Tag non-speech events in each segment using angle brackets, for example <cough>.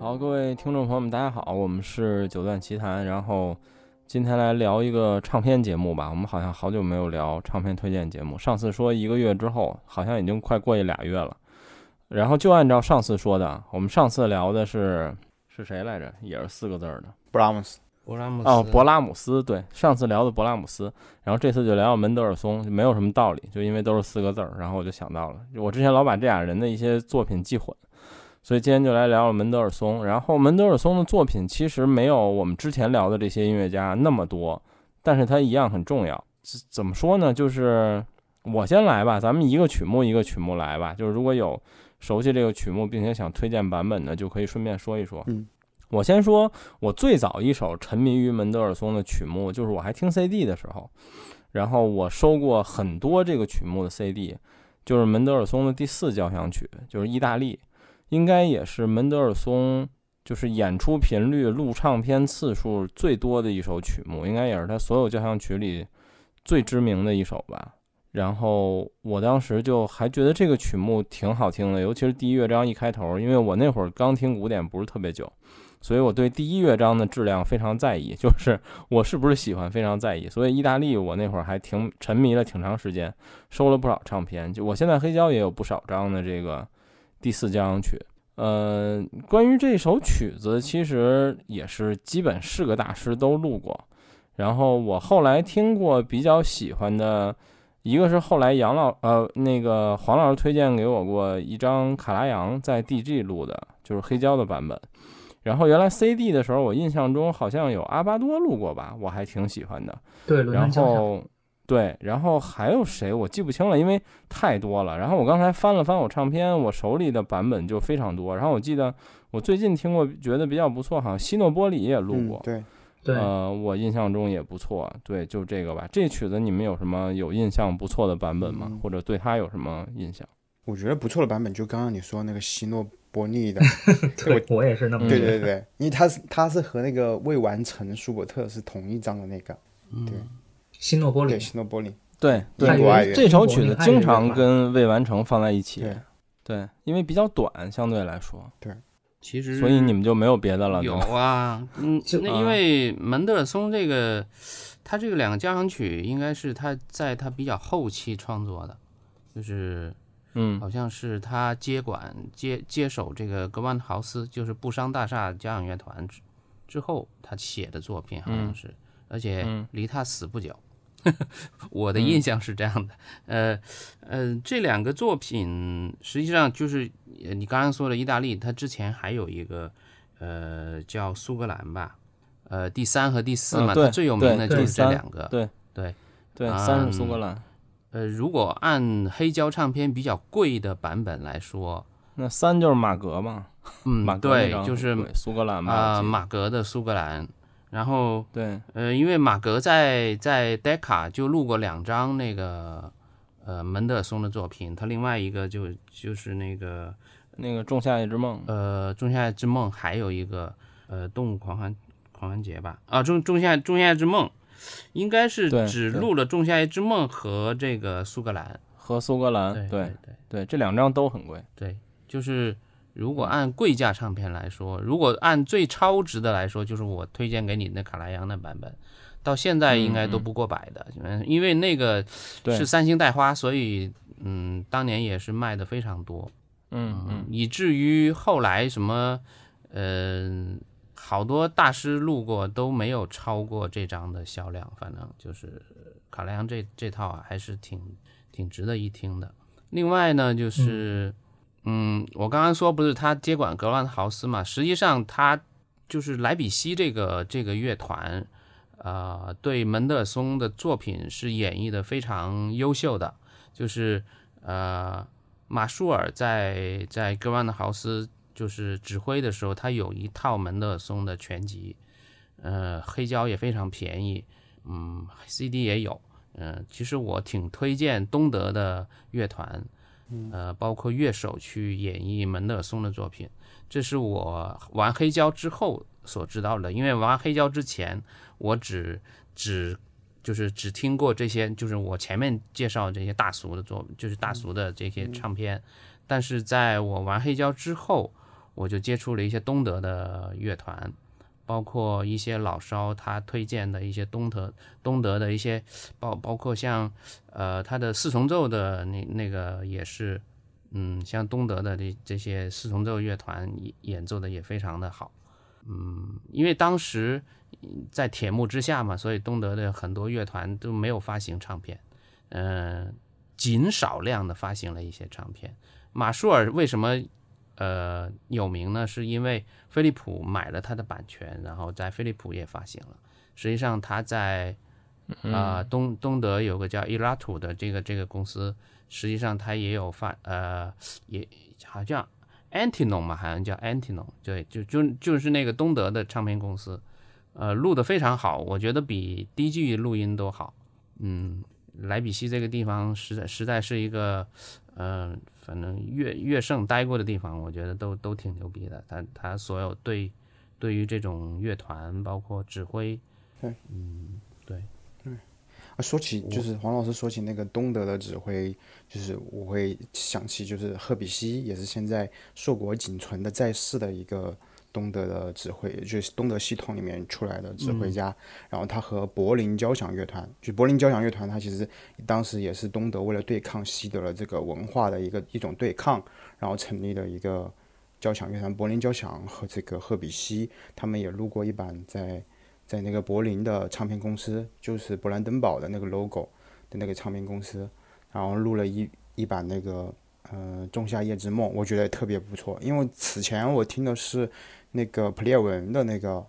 好，各位听众朋友们，大家好，我们是九段奇谈，然后今天来聊一个唱片节目吧。我们好像好久没有聊唱片推荐节目，上次说一个月之后，好像已经快过去俩月了。然后就按照上次说的，我们上次聊的是是谁来着？也是四个字儿的布拉姆斯，勃拉姆斯哦，勃拉姆斯。对，上次聊的勃拉姆斯，然后这次就聊聊门德尔松，就没有什么道理，就因为都是四个字儿，然后我就想到了，我之前老把这俩人的一些作品记混。所以今天就来聊聊门德尔松。然后门德尔松的作品其实没有我们之前聊的这些音乐家那么多，但是它一样很重要。怎怎么说呢？就是我先来吧，咱们一个曲目一个曲目来吧。就是如果有熟悉这个曲目并且想推荐版本的，就可以顺便说一说。嗯，我先说，我最早一首沉迷于门德尔松的曲目，就是我还听 CD 的时候，然后我收过很多这个曲目的 CD，就是门德尔松的第四交响曲，就是意大利。应该也是门德尔松就是演出频率、录唱片次数最多的一首曲目，应该也是他所有交响曲里最知名的一首吧。然后我当时就还觉得这个曲目挺好听的，尤其是第一乐章一开头，因为我那会儿刚听古典不是特别久，所以我对第一乐章的质量非常在意，就是我是不是喜欢非常在意。所以意大利我那会儿还挺沉迷了挺长时间，收了不少唱片，就我现在黑胶也有不少张的这个。第四交响曲，呃，关于这首曲子，其实也是基本是个大师都录过。然后我后来听过比较喜欢的，一个是后来杨老呃那个黄老师推荐给我过一张卡拉扬在 DG 录的，就是黑胶的版本。然后原来 CD 的时候，我印象中好像有阿巴多录过吧，我还挺喜欢的。对，轮然番交响后对，然后还有谁我记不清了，因为太多了。然后我刚才翻了翻我唱片，我手里的版本就非常多。然后我记得我最近听过，觉得比较不错，好像希诺波里也录过，嗯对，对，呃，我印象中也不错。对，就这个吧。这曲子你们有什么有印象不错的版本吗？嗯或者对它有什么印象？我觉得不错的版本就刚刚你说那个希诺伯 <laughs> 尼的，对我也是那么嗯对觉得对对，因为他是他是和那个未完成舒伯特是同一张的那个，嗯希诺波对，里希诺伯尼，对对对英国爱乐，这首曲子爱乐经常吧跟未完成放在一起对。对，因为比较短，相对来说，其实所以你们就没有别的了，对嗯有吗？啊，嗯，就那啊因为门德尔松这个，他这个两个交响曲应该是他在他比较后期创作的，就是嗯好像是他接管接接手这个格万豪斯，就是布商大厦交响乐团之之后他写的作品，好像嗯是，而且嗯离他死不久。 <laughs> 我的印象是这样的，呃，呃，这两个作品实际上就是呃你刚刚说的意大利，它之前还有一个呃叫苏格兰吧，呃，第三和第四嗯嘛，对它最有名对的就是第三这两个。对对，对，三是苏嗯格兰。呃，如果按黑胶唱片比较贵的版本来说，那三就是马格嘛，嗯马，格那对张，就很是贵苏格兰嘛，啊、我记得马格的苏格兰，然后对，呃，因为马格在在 Decca 就录过两张那个呃门德尔松的作品，他另外一个就就是那个那个《仲夏夜之梦》呃《仲夏夜之梦》，还有一个呃《动物狂欢狂欢节》吧，啊《仲仲夏仲夏夜之梦》，应该是对只对录了《仲夏夜之梦》和这个苏格兰，和苏格兰，对啊对对对，这两张都很贵。对，就是如果按贵价唱片来说，如果按最超值的来说，就是我推荐给你那卡莱扬的版本，到现在应该都不过百的，嗯因为那个对是三星带花，所以嗯，当年也是卖的非常多，啊嗯嗯，以至于后来什么，嗯、好多大师路过都没有超过这张的销量，反正就是卡莱扬这这套啊，还是挺挺值得一听的。另外呢，就是，嗯，我刚刚说不是他接管格兰豪斯嘛，实际上他就是莱比锡这个这个乐团，呃，对门德尔松的作品是演绎的非常优秀的，就是呃，马舒尔在在格万的豪斯就是指挥的时候，他有一套门德尔松的全集，呃，黑胶也非常便宜，嗯，CD 也有，嗯、其实我挺推荐东德的乐团，呃，包括乐手去演绎门德尔松的作品，这是我玩黑胶之后所知道的，因为玩黑胶之前，我只只就是只听过这些，就是我前面介绍这些大俗的作，就是大俗的这些唱片，但是在我玩黑胶之后，我就接触了一些东德的乐团，包括一些老烧他推荐的一些东德东德的一些包包括像呃他的四重奏的那那个也是，嗯，像东德的这这些四重奏乐团演演奏的也非常的好，嗯，因为当时嗯在铁幕之下嘛，所以东德的很多乐团都没有发行唱片，嗯、仅少量的发行了一些唱片。马舒尔为什么呃有名呢？是因为飞利浦买了他的版权，然后在飞利浦也发行了。实际上他在啊、呃东东德有个叫伊拉图的这个这个公司，实际上它也有发呃也好像 Antinon 嘛，好像叫 Antinon，对，就就就是那个东德的唱片公司，呃，录的非常好，我觉得比 DG 录音都好。嗯，莱比锡这个地方实在实在是一个，呃，反正乐乐圣待过的地方，我觉得都都挺牛逼的。他他所有对对于这种乐团，包括指挥，啊，说起就是黄老师说起那个东德的指挥，就是我会想起就是赫比西，也是现在硕果仅存的在世的一个东德的指挥，就是东德系统里面出来的指挥家。然后他和柏林交响乐团，就柏林交响乐团，它其实当时也是东德为了对抗西德的这个文化的一个一种对抗，然后成立的一个交响乐团，柏林交响和这个赫比西，他们也录过一版在。在那个柏林的唱片公司，就是勃兰登堡的那个 logo 的那个唱片公司，然后录了一一版那个呃《仲夏夜之梦》，我觉得特别不错。因为此前我听的是那个普列文的那个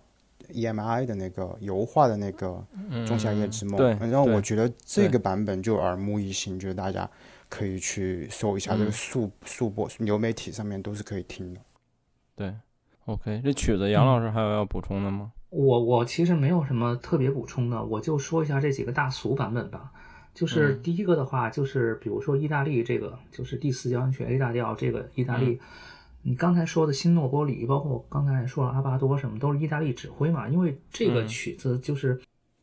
EMI 的那个油画的那个《仲夏夜之梦》嗯对然后我对觉得这对个版本就耳目一新，就是大家可以去搜一下嗯这个速速播流媒体上面都是可以听的。对，OK，这曲嗯子杨老师还有要补充的吗？我我其实没有什么特别补充的，我就说一下这几个大俗版本吧。就是第一个的话，就是比如说意大利这个，就是第四交响曲 A 大调这个意大利，你刚才说的新诺波里，包括我刚才也说了阿巴多什么，都是意大利指挥嘛。因为这个嗯曲子就是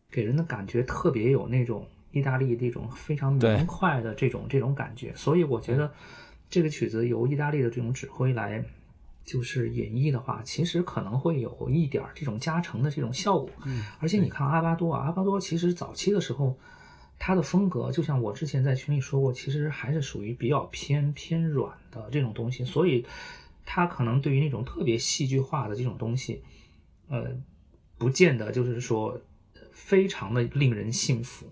给人的感觉特别有那种意大利这种非常对明快的这种这种感觉，所以我觉得这个曲子由意大利的这种指挥来就是演绎的话，其实可能会有一点儿这种加成的这种效果。嗯，而且你看阿巴多啊，阿巴多其实早期的时候，他的风格就像我之前在群里说过，其实还是属于比较偏偏软的这种东西，所以他可能对于那种特别戏剧化的这种东西，呃，不见得就是说呃非常的令人信服。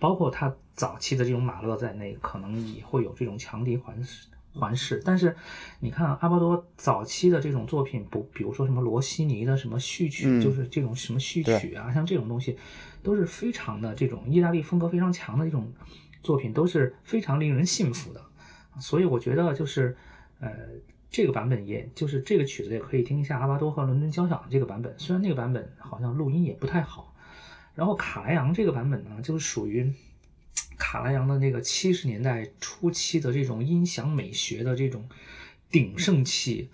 包括他早期的这种马勒在内，可能也会有这种强敌环视环视。但是你看阿波多早期的这种作品，不，比如说什么罗西尼的什么序曲，嗯就是这种什么序曲啊，像这种东西，都是非常的这种意大利风格非常强的一种作品，都是非常令人信服的。所以我觉得就是，呃，这个版本也就是这个曲子也可以听一下阿巴多和伦敦交响这个版本，虽然那个版本好像录音也不太好。然后卡莱扬这个版本呢，就是属于卡莱扬的那个七十年代初期的这种音响美学的这种鼎盛期，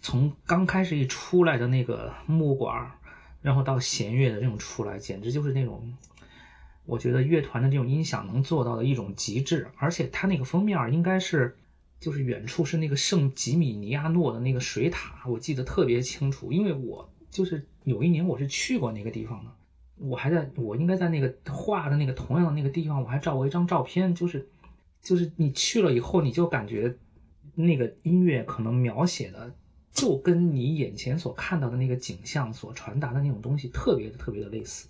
从刚开始一出来的那个木管儿，然后到弦乐的这种出来，简直就是那种。我觉得乐团的这种音响能做到的一种极致，而且它那个封面儿应该是就是远处是那个圣吉米尼亚诺的那个水塔，我记得特别清楚，因为我就是有一年我是去过那个地方的，我还在我应该在那个画的那个同样的那个地方，我还照过一张照片，就是就是你去了以后，你就感觉那个音乐可能描写的就跟你眼前所看到的那个景象所传达的那种东西特别特别的类似。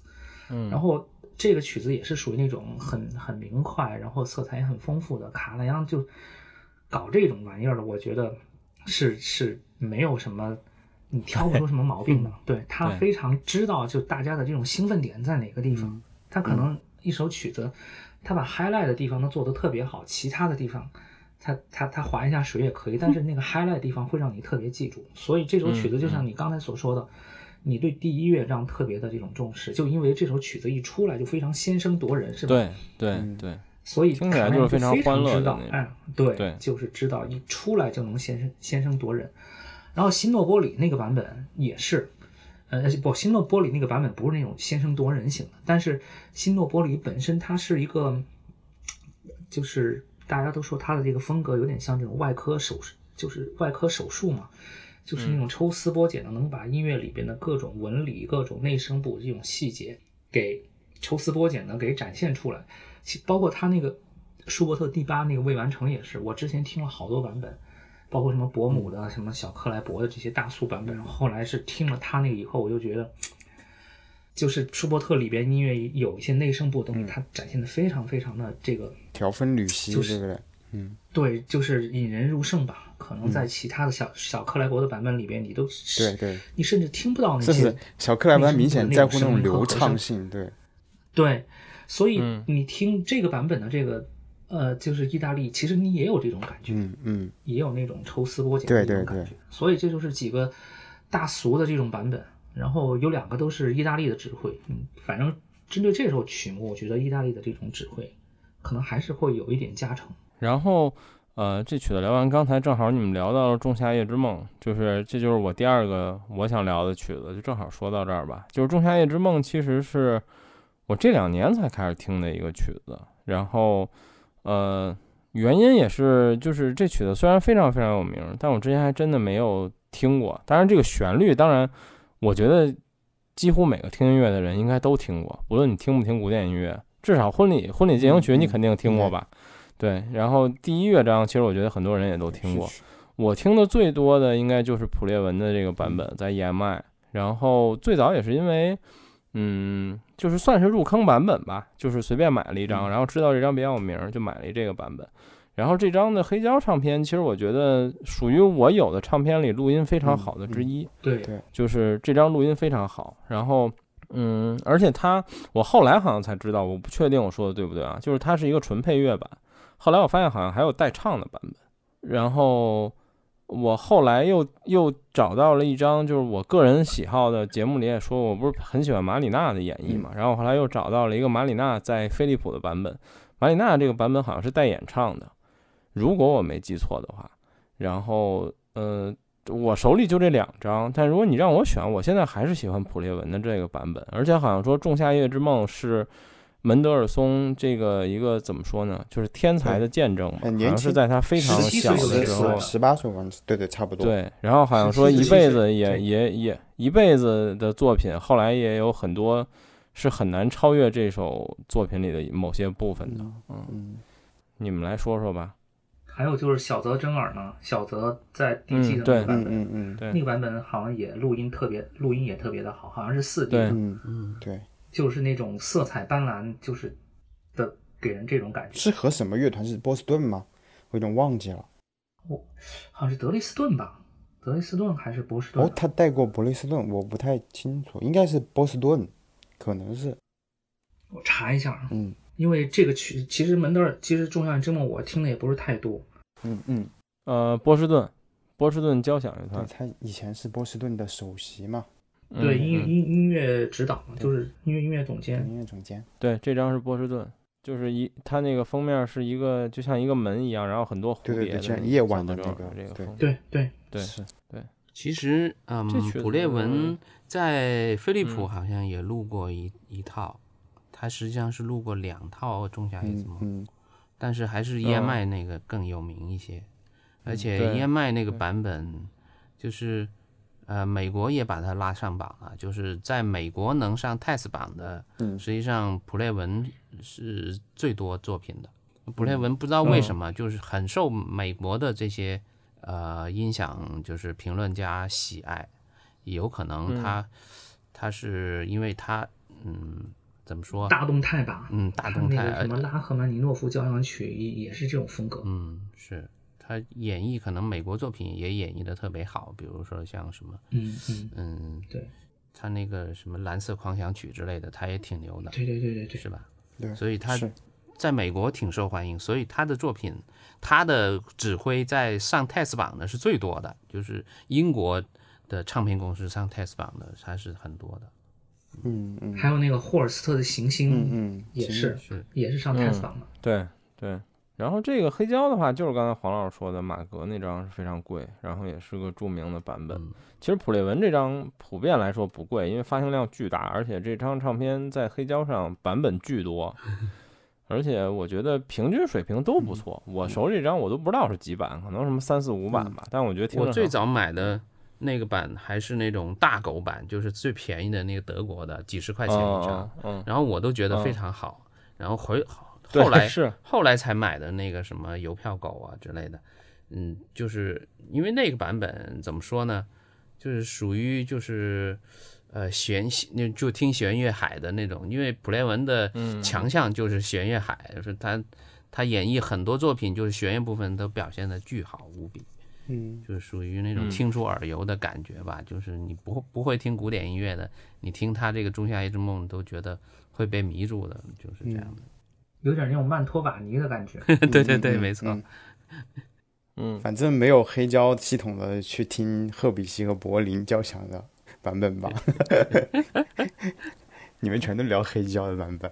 嗯，哦然后这个曲子也是属于那种很很明快，然后色彩也很丰富的。卡莱扬就搞这种玩意儿的，我觉得是是没有什么你挑不出什么毛 <laughs> 病的。对他嗯对非常知道就大家的这种兴奋点在哪个地嗯方，他可能一首曲子，他把 highlight 的地方都做得特别好，其他的地方。他他他划一下水也可以，但是那个 highlight 的地方会让你特别记住，所以这首曲子就像你刚才所说的，你对第一乐章特别的这种重视，就因为这首曲子一出来就非常先声夺人，是吧？，对对嗯对，所以听起来卡莱就是非扬常非欢乐的知道那，种哎，对，对就是知道一出来就能先声先声夺人。然后新诺波里那个版本也是，呃，不，新诺波里那个版本不是那种先声夺人型的，但是新诺波里本身它是一个，就是大家都说它的这个风格有点像这种外科手术，就是外科手术嘛，就是那嗯种抽丝剥茧的，能把音乐里边的各种纹理、各种内声部这种细节给抽丝剥茧的给展现出来。其包括他那个舒伯特第八那个未完成也是，我之前听了好多版本，包括什么伯母的、什么小克莱伯的这些大苏版本。后来是听了他那个以后，我就觉得，就是舒伯特里边音乐有一些内声部的东西，嗯它展现的非常非常的这个。条分缕析，就对是不对？嗯，对，就是引人入胜吧。可能在其他的小、小克莱伯的版本里边，你都对对，你甚至听不到那这些是小克莱伯明显在乎那种内心的那种流和声畅性，对，对，所以嗯你听这个版本的这个，呃，就是意大利，其实你也有这种感觉，嗯嗯，也有那种抽丝剥茧的对那种对感觉对。所以这就是几个大俗的这种版本，然后有两个都是意大利的指挥。嗯，反正针对这首曲目，我觉得意大利的这种指挥可能还是会有一点加成。然后，呃，这曲子聊完，刚才正好你们聊到了《仲夏夜之梦》，就是这就是我第二个我想聊的曲子，就正好说到这儿吧。就是《仲夏夜之梦》其实是我这两年才开始听的一个曲子，然后，呃，原因也是就是这曲子虽然非常非常有名，但我之前还真的没有听过。当然，这个旋律，当然，我觉得几乎每个听音乐的人应该都听过，不论你听不听古典音乐，至少婚礼婚礼进行曲你嗯肯定听过吧？对。然后第一乐章，其实我觉得很多人也都听过。是我听的最多的应该就是普列文的这个版嗯本，在 EMI。然后最早也是因为，嗯，就是算是入坑版本吧，就是随便买了一嗯张，然后知道这张比较有名儿，就买了这个版本。然后这张的黑胶唱片，其实我觉得属于我有的唱片里录音嗯非常好的之一。对对就是这张录音非常好。然后，嗯，而且它，我后来好像才知道，我不确定我说的对不对啊，就是它是一个纯配乐版。后来我发现好像还有带唱的版本。然后我后来又又找到了一张，就是我个人喜好的节目里也说过，我不是很喜欢马里纳的演嗯绎嘛。然后我后来又找到了一个马里纳在飞利浦的版本，马里纳这个版本好像是带演唱的，如果我没记错的话。然后，呃，我手里就这两张，但如果你让我选，我现在还是喜欢普列文的这个版本，而且好像说《仲夏夜之梦》是门德尔松这个一个怎么说呢，就是天才的见证吧，很好年像是轻在他非常17小岁就的时开始候了十，十八岁完成，对对，差不多。对，然后好像说17一岁辈子也对也也一辈子的作品，后来也有很多是很难超越这首作品里的某些部分的。嗯，你们来说说吧。还有就是小泽征尔呢，小泽在第嗯季的那对个版嗯本，嗯嗯对那个版本好像也录音特别，录音也特别的好，好像是四 D 对嗯的。嗯嗯，对，就是那种色彩斑斓，就是的给人这种感觉。是和什么乐团？是波士顿吗？我有点忘记了。好像是德累斯顿吧，德累斯顿还是波士顿哦啊？，他带过波利斯顿，我不太清楚，应该是波士顿，可能是。我查一下啊，嗯因为这个曲其实门德尔，其实《仲夏夜之梦》我听的也不是太多。嗯嗯，呃，波士顿，波士顿交响乐对团，他以前是波士顿的首席嘛，对，嗯音乐嗯音音乐指导嘛就是音乐音乐总监，音乐总监。对，这张是波士顿，就是一它那个封面是一个就像一个门一样，然后很多蝴对对蝶对的像那个夜小晚的的这那种个这个对风格对对，对是，其实，嗯这曲，子普列文在飞利浦嗯好像也录过一、一套，他实际上是录过两套《仲夏夜之梦嗯》嗯，但是还是嗯燕麦那个更有名一些，而且对燕麦那个版本就是，呃，美国也把它拉上榜了，就是在美国能上 TES 榜的，嗯实际上普列文是最多作品的。嗯普列文不知道哦为什么，就是很受美国的这些呃音响就是评论家喜爱，有可嗯能他、他是因为他嗯怎么说大动态吧，嗯大动他态那个而什么拉赫曼尼诺夫交响曲也也是这种风格。嗯，是他演绎可能美国作品也演绎的特别好，比如说像什么，嗯嗯，嗯，对，他那个什么蓝色狂想曲之类的，他也挺牛的，对对对对对是，吧？对，所以他是在美国挺受欢迎，所以他的作品，他的指挥在上 TES 榜的是最多的，就是英国的唱片公司上 TES 榜的还是很多的，嗯嗯还有那个霍尔斯特的行嗯星嗯，也行是是也是上嗯 TES 榜的。对对，然后这个黑胶的话，就是刚才黄老师说的，马格那张是非常贵，然后也是个著名的版本嗯。其实普列文这张普遍来说不贵，因为发行量巨大，而且这张唱片在黑胶上版本巨 <laughs> 多，而且我觉得平均水平嗯都不错。我手里这张我都不知道是几版，可能什么三四五版吧，但我觉得听嗯我着最很好早买的那个版还是那种大狗版，就是最便宜的那个德国的，几十块钱一张嗯，嗯，然后我都觉得非嗯常好，然后回对后来是后来才买的那个什么邮票狗啊之类的，嗯，就是因为那个版本怎么说呢，就是属于就是呃弦那就听弦乐海的那种，因为普列文的嗯强项就是弦乐海，就是他他演绎很多作品就是弦乐部分都表现的巨好无比，嗯，就是属于那种听出耳油的感觉吧，就是你不不会听古典音乐的，你听他这个《仲夏夜之梦》都觉得会被迷住的，就是这样的。有点那种曼托瓦尼的感觉。 <laughs> 对对对，嗯没错。嗯嗯，反正没有黑胶系统的去听赫比西和柏林交响的版本吧。你们全都聊黑胶的版本，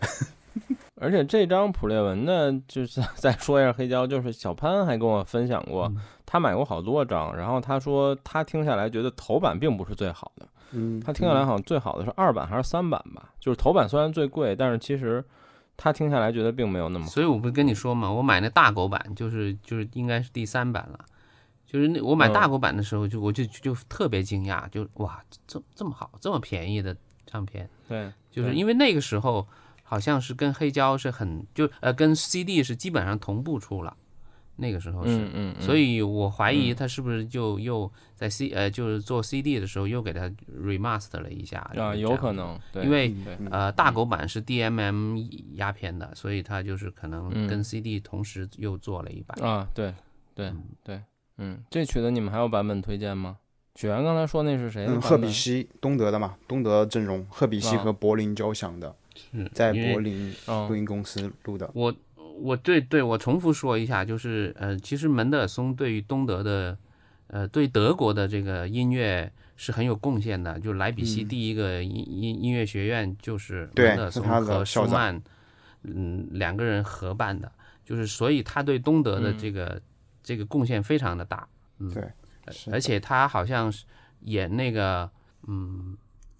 而且这张普列文呢，就是 <laughs> 再说一下黑胶，就是小潘还跟我分享过，嗯他买过好多张，然后他说他听下来觉得头版并不是最好的，嗯，他听下来好像最好的是二版还是三版吧，就是头版虽然最贵，但是其实他听下来觉得并没有那么好。所以我不是跟你说嘛，我买那大狗版，就是就是应该是第三版了。就是那我买嗯大狗版的时候，就我就就特别惊讶，就哇，这这么好，这么便宜的唱片，对，就是对因为那个时候好像是跟黑胶是很就呃跟 CD 是基本上同步出了，那个时候哦是，嗯嗯，嗯所以我怀疑他是不是就又在 C 呃就是做 CD 的时候又给它 remaster 了一下啊，有可，能，对，因为嗯对嗯呃大狗版是 DMM 压片的，所以它就是可能嗯跟 CD 同时又做了一版。啊，对对对，嗯，这曲子你们还有版本推荐吗？雪原刚才说那是谁的嗯，版赫本？比西东德的嘛，东德阵容，赫比西啊和柏林交响的，嗯在因为柏林嗯录音公司录的。我我对对我重复说一下，就是呃，其实门德尔松对于东德的，呃，对德国的这个音乐是很有贡献的。就莱比锡嗯第一个音音音乐学院就是对门德尔是松他的和舒校长曼，嗯，两个人合办的，就是所以他对东德的嗯这个、这个贡献非常的大。嗯，对呃是而且他好像是演那个，嗯，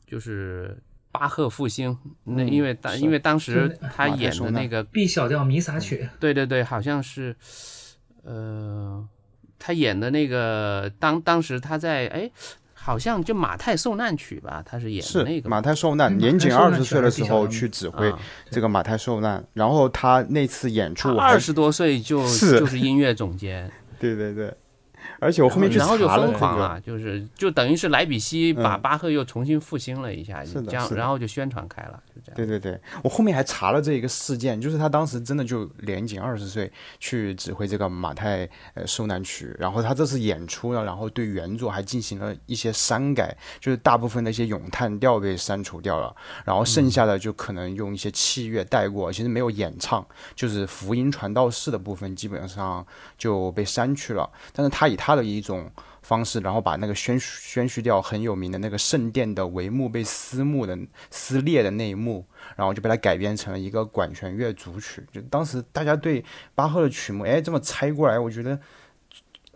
就是巴赫复兴，那嗯因为当是因为当时真的他马特演舒的纳那个 B 小调弥撒曲，对对对，好像是，呃，他演的那个当当时他在哎，好像就马太受难曲吧，他是演的是那个马太受嗯难，马年太仅受难二十曲岁还的是时比较候有去指挥啊，这个马太受难，然后他那次演出他我还二十多岁就是就是音乐总监，对对对，而且我后面去然后就查了疯这狂个，了，就是就等于是莱比锡把嗯巴赫又重新复兴了一下，是的这样是的然后就宣传开了，就这样。对对对，我后面还查了这一个事件，就是他当时真的就年仅二十岁去指挥这个马太呃受难曲，然后他这次演出呢，然后对原作还进行了一些删改，就是大部分的一些咏叹调给删除掉了，然后剩下的就可能用一些器乐带过，其实没有演唱，就是福音传道士的部分基本上就被删去了，但是他以他的一种。方式，然后把那个宣叙宣叙掉很有名的那个圣殿的帷幕被撕幕的撕裂的那一幕，然后就被它改编成了一个管弦乐组曲。就当时大家对巴赫的曲目，哎，这么拆过来，我觉得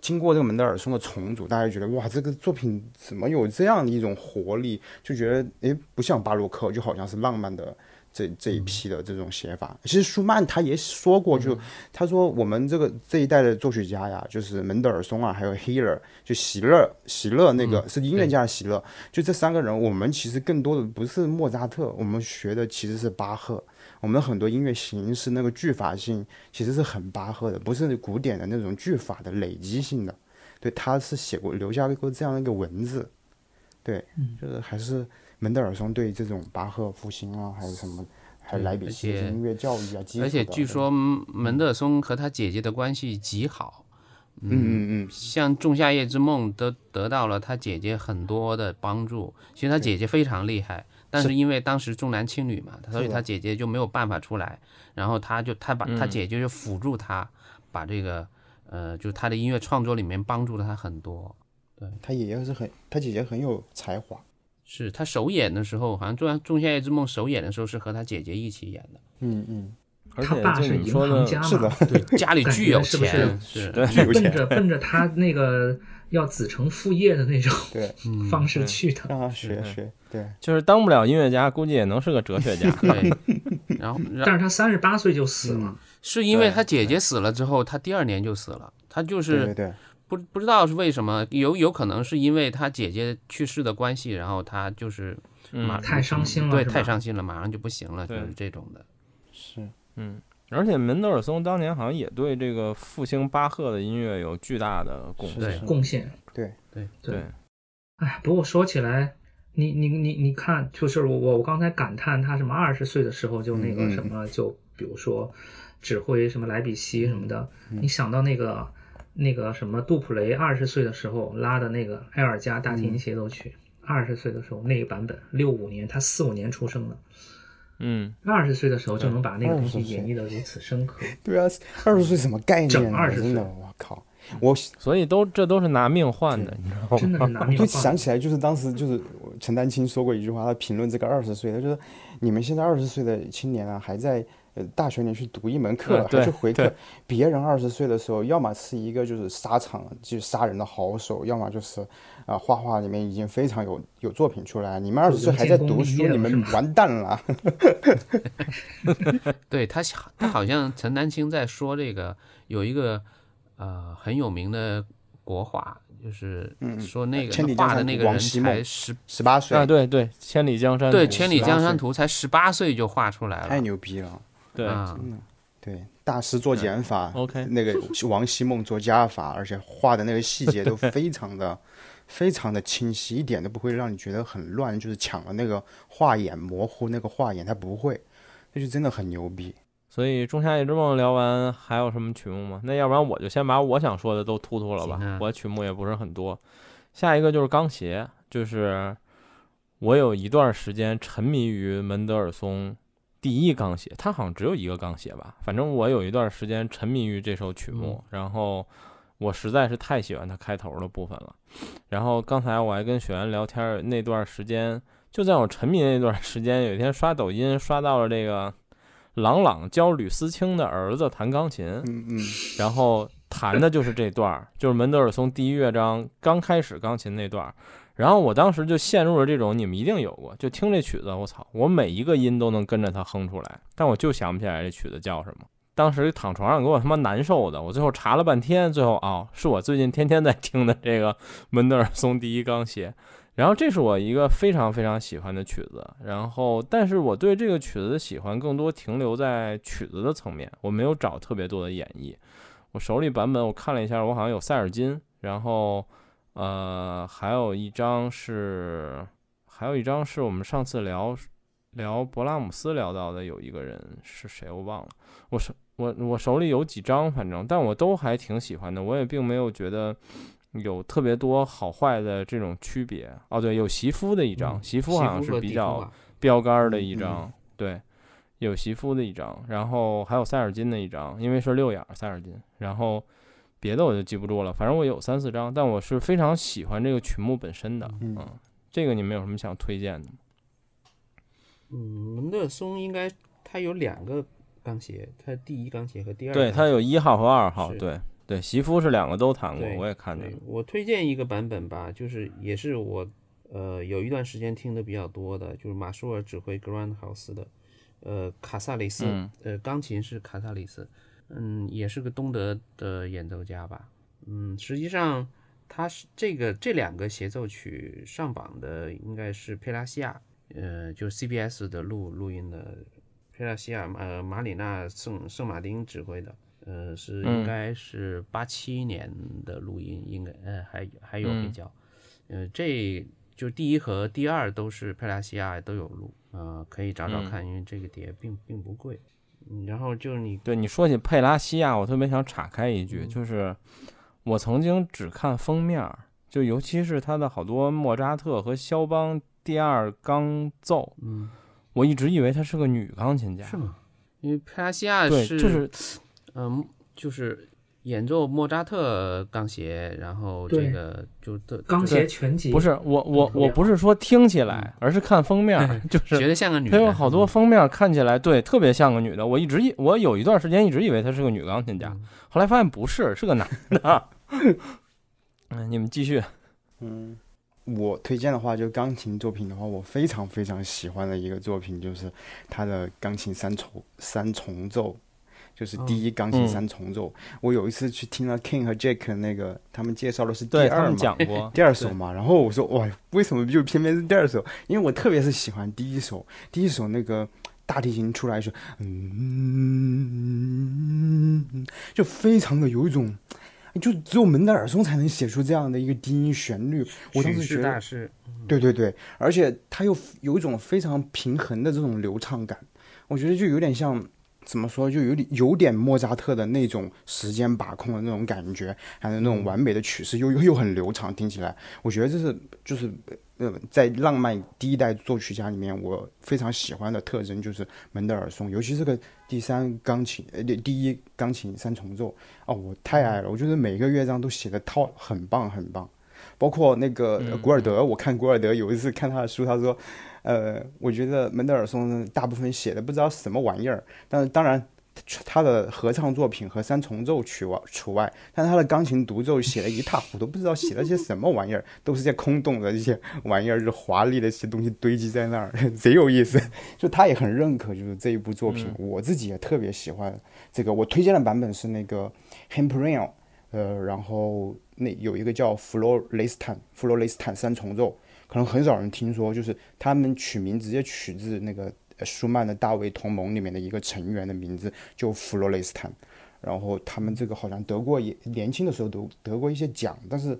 经过这个门德尔松的重组，大家就觉得哇，这个作品怎么有这样的一种活力？就觉得哎，不像巴洛克，就好像是浪漫的。这这一批的这种写法，其实舒曼他也说过，就他说我们这个这一代的作曲家呀，就是门德尔松啊，还有 Hiller，就席勒，席勒那个、嗯是音乐家的席勒，就这三个人，我们其实更多的不是莫扎特，我们学的其实是巴赫。我们的很多音乐形式那个句法性其实是很巴赫的，不是古典的那种句法的累积性的。对，他是写过留下过这样的一个文字。对，嗯就是还是门德尔松对这种巴赫复兴啊，还有什么，还有莱比锡而且音乐教育啊，基础而且的据，说嗯门德尔松和他姐姐的关系极好，对嗯嗯嗯，像《仲夏夜之梦》都得到了他姐姐很多的帮助。其实他姐姐非常厉害，但是因为当时重男轻女嘛，所以他姐姐就没有办法出来。然后他就他把他嗯姐姐就辅助他，把这个呃，就是他的音乐创作里面帮助了他很多。他爷爷是很，他姐姐很有才华。是他首演的时候，好像《仲仲夏夜之梦》首演的时候是和他姐姐一起演的，嗯嗯，而他且爸就是你银说行的，家嘛，是的， <laughs> 对，家里感巨觉有是不是钱，是对巨有奔钱，着奔着他那个要子承父业的那种对嗯方式去的。让他学是。学，对，就是当不了音乐家，估计也能是个哲学家对，然后然 <laughs> 但是他三十八岁就死了，是因为对他姐姐死了之后，他第二年就死了，他就对是对对，不不知道是为什么，有有可能是因为他姐姐去世的关系，然后他就是马、嗯太伤心了，对是吧太伤心了，马上就不行了，就对是这种的。是嗯，而且门德尔松当年好像也对这个复兴巴赫的音乐有巨大的贡是献。对是贡献。对对对，哎，不过说起来，你你你你看，就是我我我刚才感叹他什么二十岁的时候就那嗯个嗯什么，就比如说指挥什么莱比锡什么的，你想到那个那个什么杜普雷二十岁的时候拉的那个埃尔加大提琴协奏曲，二十岁的时候那个版本，六五年他四五年出生的，嗯，二十岁的时候就能把那个东西20岁演绎的如此深刻，对啊，二十岁什么概整念啊？ 20岁真的，我靠！我所以都这都是拿命换的，你知道吗？真的是拿命就换想。起来，就是当时就是陈丹青说过一句话，他评论这个二十岁，他就说你们现在二十岁的青年啊，还在呃大学里去读一门课，嗯对还去回课对。别人二十岁的时候，要么是一个就是沙场就是杀人的好手，要么就是啊、呃画画里面已经非常有有作品出来。你们二十岁还在读已经书，建功你立业们了完 <laughs> 蛋了。对他想，他好像陈丹青在说这个，有一个呃很有名的国画，就是说那个嗯千里江画的山那图个王人希孟才十，十八岁，啊，对对，《千里江山图》对《千里江山岁图》才十八岁就画出来太了，牛逼了。对，啊，对，大师做减法、 OK <laughs> 那个王希孟做加法，而且画的那个细节都非常的、非常的清晰，一点都不会让你觉得很乱，就是抢了那个画眼模糊那个画眼，他不会，这就真的很牛逼。所以《仲夏夜之梦》聊完还有什么曲目吗？那要不然我就先把我想说的都突突了吧，行啊我曲目也不是很多。下一个就是钢协，就是我有一段时间沉迷于门德尔松第一钢协，他好像只有一个钢协吧，反正我有一段时间沉迷于这首曲目，嗯然后我实在是太喜欢它开头的部分了。然后刚才我还跟雪原聊天儿，那段时间就在我沉迷那段时间，有一天刷抖音刷到了这个郎朗教吕思清的儿子弹钢琴，嗯嗯，然后弹的就是这段儿，就是门德尔松第一乐章刚开始钢琴那段儿。然后我当时就陷入了这种，你们一定有过，就听这曲子，我操，我每一个音都能跟着它哼出来，但我就想不起来这曲子叫什么。当时躺床上给我他妈难受的，我最后查了半天，最后哦，是我最近天天在听的这个门德尔松第一钢协。然后这是我一个非常非常喜欢的曲子，然后但是我对这个曲子的喜欢更多停留在曲子的层面，我没有找特别多的演绎。我手里版本我看了一下，我好像有塞尔金，然后呃还有一张是还有一张是我们上次聊聊勃拉姆斯聊到的有一个人是谁我忘了，我手我我手里有几张反正，但我都还挺喜欢的，我也并没有觉得。有特别多好坏的这种区别哦，对，有媳妇的一张，嗯媳妇西好像夫是和比迪较夫啊标杆儿的一嗯嗯张，对，有媳妇的一张，然后还有塞尔金的一张，因为是六眼儿塞尔金，然后别的我就记不住了，反正我有三四张，但我是非常喜欢这个曲目本身的，嗯这个你们有什么想推荐的吗？嗯，门德尔松应该他有两个钢协，他第一钢协和第二钢对，协。它有一号和二号，是对对，媳妇是两个都弹过对，我也看见对了，我推荐一个版本吧，就是也是我呃有一段时间听的比较多的，就是马舒尔指挥格兰豪斯的，呃卡萨里斯，嗯呃钢琴是卡萨里斯，嗯，也是个东德的演奏家吧，嗯，实际上他是这个这两个协奏曲上榜的应该是佩拉西亚，呃，就是 CBS 的录录音的佩拉西亚，呃，马里纳圣圣马丁指挥的，呃，是嗯应该是八七年的录音，应该呃还还有比嗯较，呃，这就是第一和第二都是佩拉西亚都有录，呃，可以找找嗯看，因为这个碟并并不贵。嗯然后就是你对你说起佩拉西亚，我特别想岔开一句，就是我曾经只看封面儿，就尤其是他的好多莫扎特和肖邦第二钢奏，嗯我一直以为她是个女钢琴家，是吗？因为佩拉西亚对，是就是嗯，就是演奏莫扎特钢协，然后这对个就特钢就是协全集不是我我同我样不是说听起来，而是看封面儿，就是觉得像个女它的，有好多嗯封面看起来对特别像个女的，我一直以我有一段时间一直以为她是个女钢琴嗯家，后来发现不是，是个男的。 <laughs> 嗯，你们继续。嗯，我推荐的话，就钢琴作品的话，我非常非常喜欢的一个作品就是他的钢琴三重三重奏，就是哦第一嗯钢琴三重奏。我有一次去听了 King 和 Jack 那个，他们介绍的是第对他二们嘛，，讲过第二首嘛，然后我说哇，为什么就偏偏是第二首？因为我特别是喜欢第一首，第一首那个大提琴出来是，嗯，就非常的有一种，就只有门德尔松才能写出这样的一个低音旋律。我当时觉得，师，对对对，而且它又有一种非常平衡的这种流畅感，我觉得就有点像。怎么说，就有点有点莫扎特的那种时间把控的那种感觉，还有那种完美的曲式，又又又很流畅，听起来，我觉得这是就是呃，在浪漫第一代作曲家里面，我非常喜欢的特征就是门德尔松，尤其这个第三钢琴呃第第一钢琴三重奏，哦，我太爱了，我觉得每个乐章都写的套很棒很棒，包括那个呃古尔德，我看古尔德有一次看他的书，他说，呃，我觉得门德尔松大部分写的不知道是什么玩意儿，但是当然。他的合唱作品和三重奏曲外除外，但他的钢琴独奏写的一塌糊涂，不知道写了些什么玩意儿， <laughs> 都是些空洞的一些玩意儿，就是华丽的一些东西堆积在那儿， <laughs> 贼有意思。就他也很认可，就是这一部作品，我自己也特别喜欢这个。我推荐的版本是那个 h e m p e r i n 呃，然后那有一个叫弗罗雷斯坦，弗罗雷斯坦三重奏，可能很少人听说，就是他们取名直接取自那个呃舒曼的《大卫同盟》里面的一个成员的名字，就弗罗雷斯坦。然后他们这个好像得过也年轻的时候得得过一些奖，但是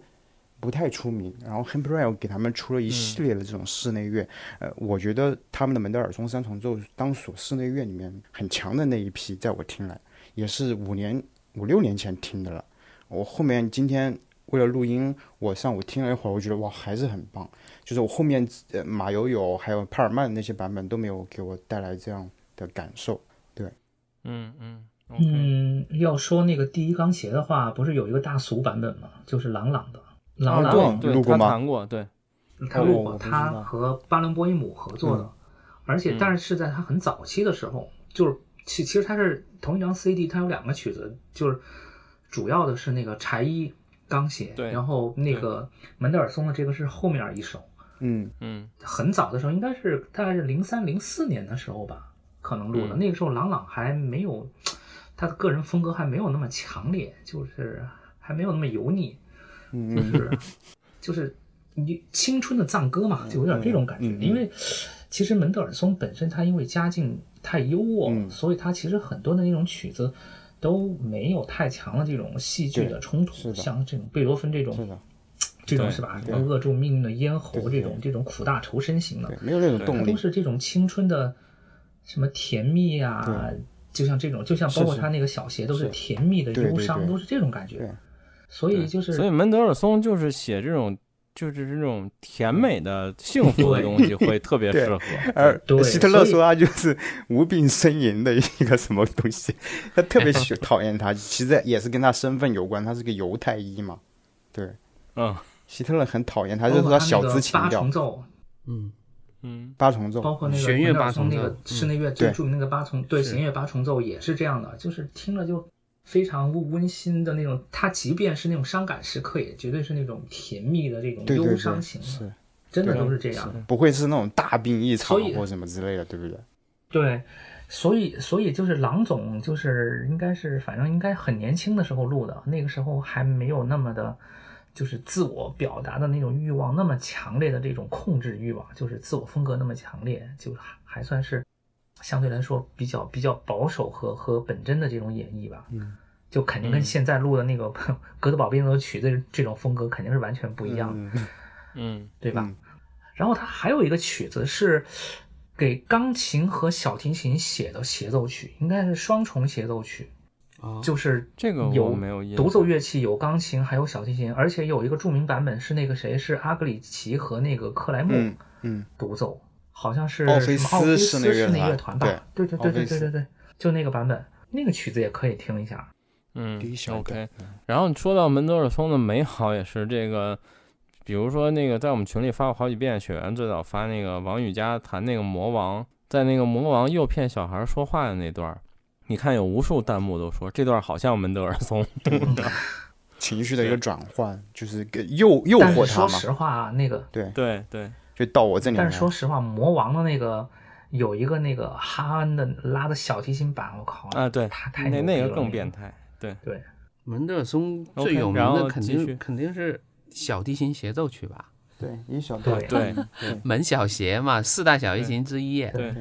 不太出名。然后 h e m p e r i l 给他们出了一系列的这种室内乐，呃，我觉得他们的门德尔松三重奏当属室内乐里面很强的那一批，在我听来也是五年五六年前听的了。我后面今天为了录音，我上午听了一会儿，我觉得哇还是很棒。就是我后面呃马友友还有帕尔曼那些版本都没有给我带来这样的感受。嗯嗯，OK，嗯，要说那个第一钢协的话，不是有一个大俗版本吗？就是朗朗的，朗朗、啊对录对，过他吗弹过，对，他哦录我过，不知他道嗯和巴伦波伊姆合作的，而嗯且但是是在他很早期的时候，就是其其实他是同一张 CD，它有两个曲子，就是主要的是那个柴一钢协，对然后那个门德尔松的这个是后面一首，嗯，嗯很早的时候，应该是大概是零三零四年的时候吧，可能录的。嗯那个时候朗朗还没有他的个人风格还没有那么强烈，就是还没有那么油腻，嗯 <laughs> 就是就是你青春的赞歌嘛，就有点这种感觉。嗯嗯嗯因为其实门德尔松本身他因为家境太优渥，嗯所以他其实很多的那种曲子。都没有太强的这种戏剧的对冲是突，的像这种贝多芬这种是的，这种对是吧？什对么扼住命运的咽喉对这对种这种苦大仇深型的对，，没有那种对它动力都。是这种青春的什么甜蜜啊，就像这种，就像包括是他那个小鞋都是是甜蜜的对对忧伤，对都是这种感对觉。所以就是所以门德尔松就是写这种。就是这种甜美的、幸福的对东西会特别适合。而对希特勒所以说他就是 <laughs> 无病呻吟的一个什么东西， <laughs> 他特别 <laughs> 喜讨厌他，其实也是跟他身份有关，他是个犹太裔嘛。对，嗯希特勒很讨厌他，包就是括说他小那个资情八调重、奏，嗯，嗯八重奏，包括那个弦乐门德尔八松重那奏个嗯室内乐最对著名那个八重对是弦乐八重奏也是这样的，就是听了就非常温馨的那种。它即便是那种伤感时刻，也绝对是那种甜蜜的这种对忧对伤对，型的，是真的对都是这样。不会是那种大病一场所以或什么之类的，对不对？对，所以所以就是郎总，就是应该是反正应该很年轻的时候录的，那个时候还没有那么的，就是自我表达的那种欲望那么强烈的这种控制欲望，就是自我风格那么强烈，就是还还算是相对来说比较比较保守和和本真的这种演绎吧。嗯。就肯定跟嗯现在录的那个 <laughs> 《格德堡冰河曲》的这种风格肯定是完全不一样的，嗯，嗯对吧？嗯然后他还有一个曲子是给钢琴和小提琴写的协奏曲，应该是双重协奏曲，哦，就是这个我有没有印独奏象乐器有钢琴还有小提琴，而且有一个著名版本是那个谁是阿格里奇和那个克莱默嗯嗯，独奏，好像是奥什菲么斯奥菲室内斯乐室内团乐团吧？对对啊对奥对菲斯对对对，就那个版本，那个曲子也可以听一下。嗯第一小段 OK，然后说到门德尔松的美好，也是这个，比如说那个在我们群里发过好几遍，雪原最早发那个王宇佳弹那个魔王，在那个魔王诱骗小孩说话的那段儿，你看有无数弹幕都说这段好像门德尔 <laughs> 松，情绪的一个转换，就是给诱诱但惑是他说啊嘛，实话，那个对对，就到我这里但来。是说实话，魔王的那个有一个那个哈恩的拉的小提琴版，我靠啊，对，他太那牛那逼个了更变态，对，对，门德尔松 OK，最有名然的后肯继续定肯定是小提琴协奏曲吧，对，以小对 <laughs> 对，门小协嘛，四大小提琴之一。对，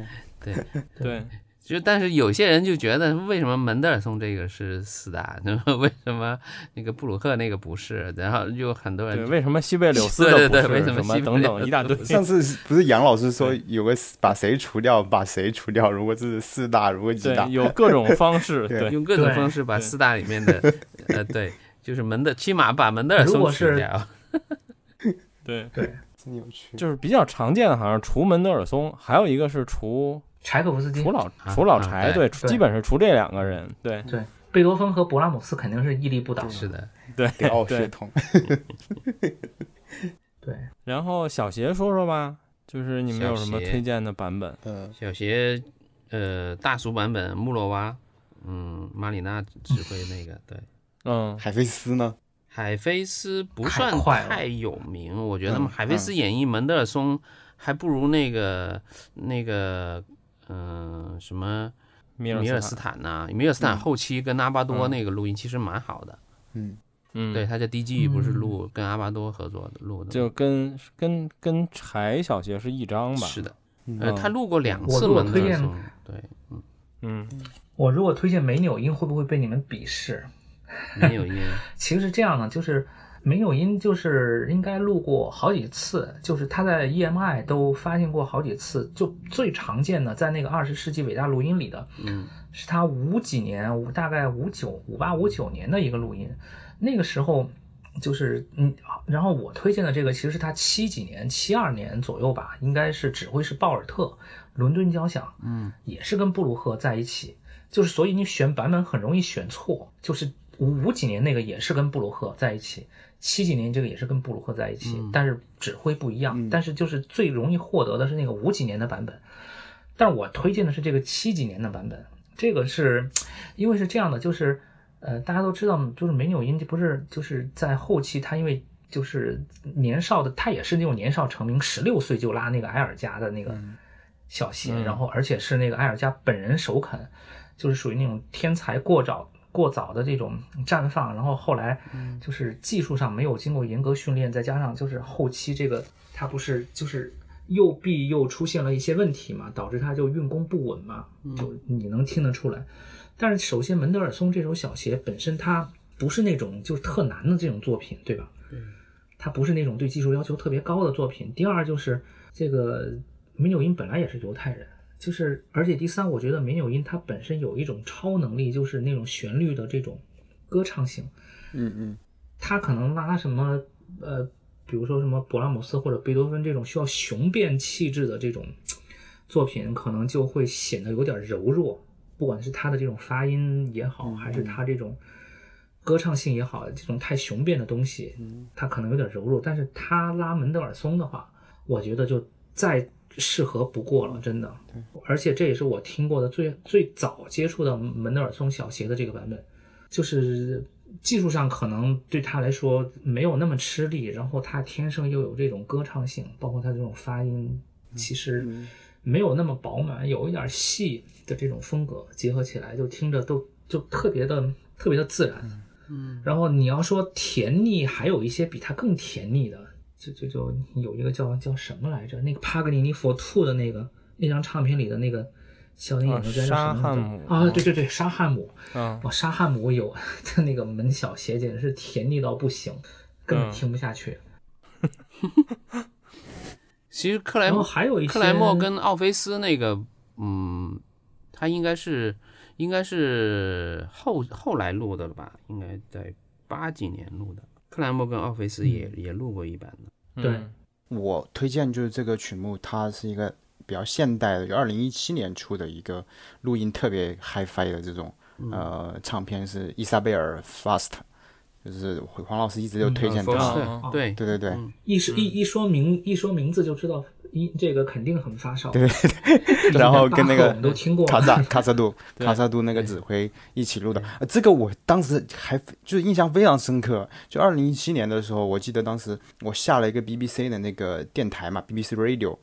对对，就但是有些人就觉得为什么门德尔松这个是四大， <laughs> 那么为什么那个布鲁克那个不是？然后就很多对，人为什么西贝柳斯的对对不对是为什么什么西贝等柳等一大堆？上次不是杨老师说有个四把谁除掉，把谁除掉？如果这是四大，如果几大对，？有各种方 <laughs> 式，对对，用各种对方式把对四大里面的呃对，就是门德起码把门德尔如松果去是掉。对，真有趣。就是比较常见的，好像除门德尔松，还有一个是除柴可夫斯基除、老啊除老啊柴，对对，除基本是除这两个人，对对贝多芬和勃拉姆斯肯定是屹立不倒的。是的，对给奥血对。统，对，然后小邪说说吧，就是你们有什么小邪推荐的版本？呃，小邪，呃，大俗版本穆洛娃，嗯，马里纳指挥那个，对，嗯，海飞丝呢？海飞丝不太算快了太有名，我觉得嗯海飞丝演绎门德尔松还不如那个那个，嗯、什么米米尔尔斯坦，坦呐、米尔斯坦后期跟阿巴多嗯那个录音其实蛮好的，嗯，嗯，对，，他在 DG 不是嗯录跟阿巴多合作的录的，就跟跟跟柴小邪是一张吧？是的，嗯呃，他录过两次我如果门德推尔荐松，对，嗯，我如果推荐梅纽因，会不会被你们鄙视？没有音，其实是这样的，就是梅纽因就是应该录过好几次，就是他在 EMI 都发现过好几次，就最常见的在那个二十世纪伟大录音里的，嗯，是他五几年，五大概五九五八五九年的一个录音，那个时候。就是嗯，然后我推荐的这个其实是他七几年、七二年左右吧，应该是指挥是鲍尔特，伦敦交响，嗯，也是跟布鲁赫在一起，就是所以你选版本很容易选错，就是五五几年那个也是跟布鲁赫在一起，七几年这个也是跟布鲁赫在一起，但是指挥不一样，但是就是最容易获得的是那个五几年的版本，但是我推荐的是这个七几年的版本，这个是因为是这样的，就是呃大家都知道，就是梅纽因不是就是在后期他因为。就是年少的，他也是那种年少成名，十六岁就拉那个埃尔加的那个小鞋，然后而且是那个埃尔加本人首肯，就是属于那种天才过早过早的这种绽放，然后后来就是技术上没有经过严格训练，再加上就是后期这个他不是就是右臂又出现了一些问题嘛，导致他就运功不稳嘛，就你能听得出来。但是首先门德尔松这首小鞋本身它不是那种就是特难的这种作品，对吧？它不是那种对技术要求特别高的作品。第二就是这个梅纽因本来也是犹太人，就是而且第三，我觉得梅纽因他本身有一种超能力，就是那种旋律的这种歌唱性，嗯嗯，他可能拉什么呃，比如说什么勃拉姆斯或者贝多芬这种需要雄辩气质的这种作品，可能就会显得有点柔弱，不管是他的这种发音也好，还是他这种歌唱性也好，这种太雄辩的东西，他可能有点柔弱。但是他拉门德尔松的话，我觉得就再适合不过了，真的。而且这也是我听过的最最早接触到门德尔松小协的这个版本。就是技术上可能对他来说没有那么吃力，然后他天生又有这种歌唱性，包括他这种发音，其实没有那么饱满，有一点细的这种风格结合起来，就听着都就特别的特别的自然。嗯，然后你要说甜腻，还有一些比它更甜腻的，就就就有一个叫叫什么来着？那个帕格尼尼 for two 的那个那张唱片里的那个小电影啊叫什么沙来汉着姆啊，对对对，沙汉姆。嗯，哇，沙汉姆有 <laughs> 他那个门小鞋简直是甜腻到不行，根本嗯听不下去。其实克莱然后姆还有一些克莱默跟奥菲斯那个，嗯，他应该是应该是后后来录的了吧？应该在八几年录的。克莱默跟奥菲斯嗯也、也录过一版的，嗯对我推荐就是这个曲目，它是一个比较现代的，就二零一七年出的一个录音特别 HiFi 的这种、呃唱片，是伊莎贝尔 Fast，就是黄老师一直有推荐嗯他， Foster 嗯对对对对，一说嗯一一说名一说名字就知道一这个肯定很发烧。对， <laughs> 然后跟那我个们都听过卡 <laughs> 萨卡萨杜卡萨杜那个指挥一起录的，呃这个我当时还就是印象非常深刻。就二零一七年的时候，我记得当时我下了一个 BBC 的那个电台嘛，BBC Radio，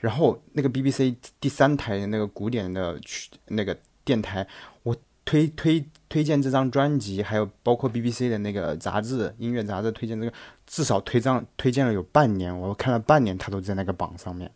然后那个 BBC 第三台的那个古典的曲那个电台，我推推推荐这张专辑，还有包括 BBC 的那个杂志音乐杂志推荐这个，至少推张推荐了有半年，我看了半年，它都在那个榜上面。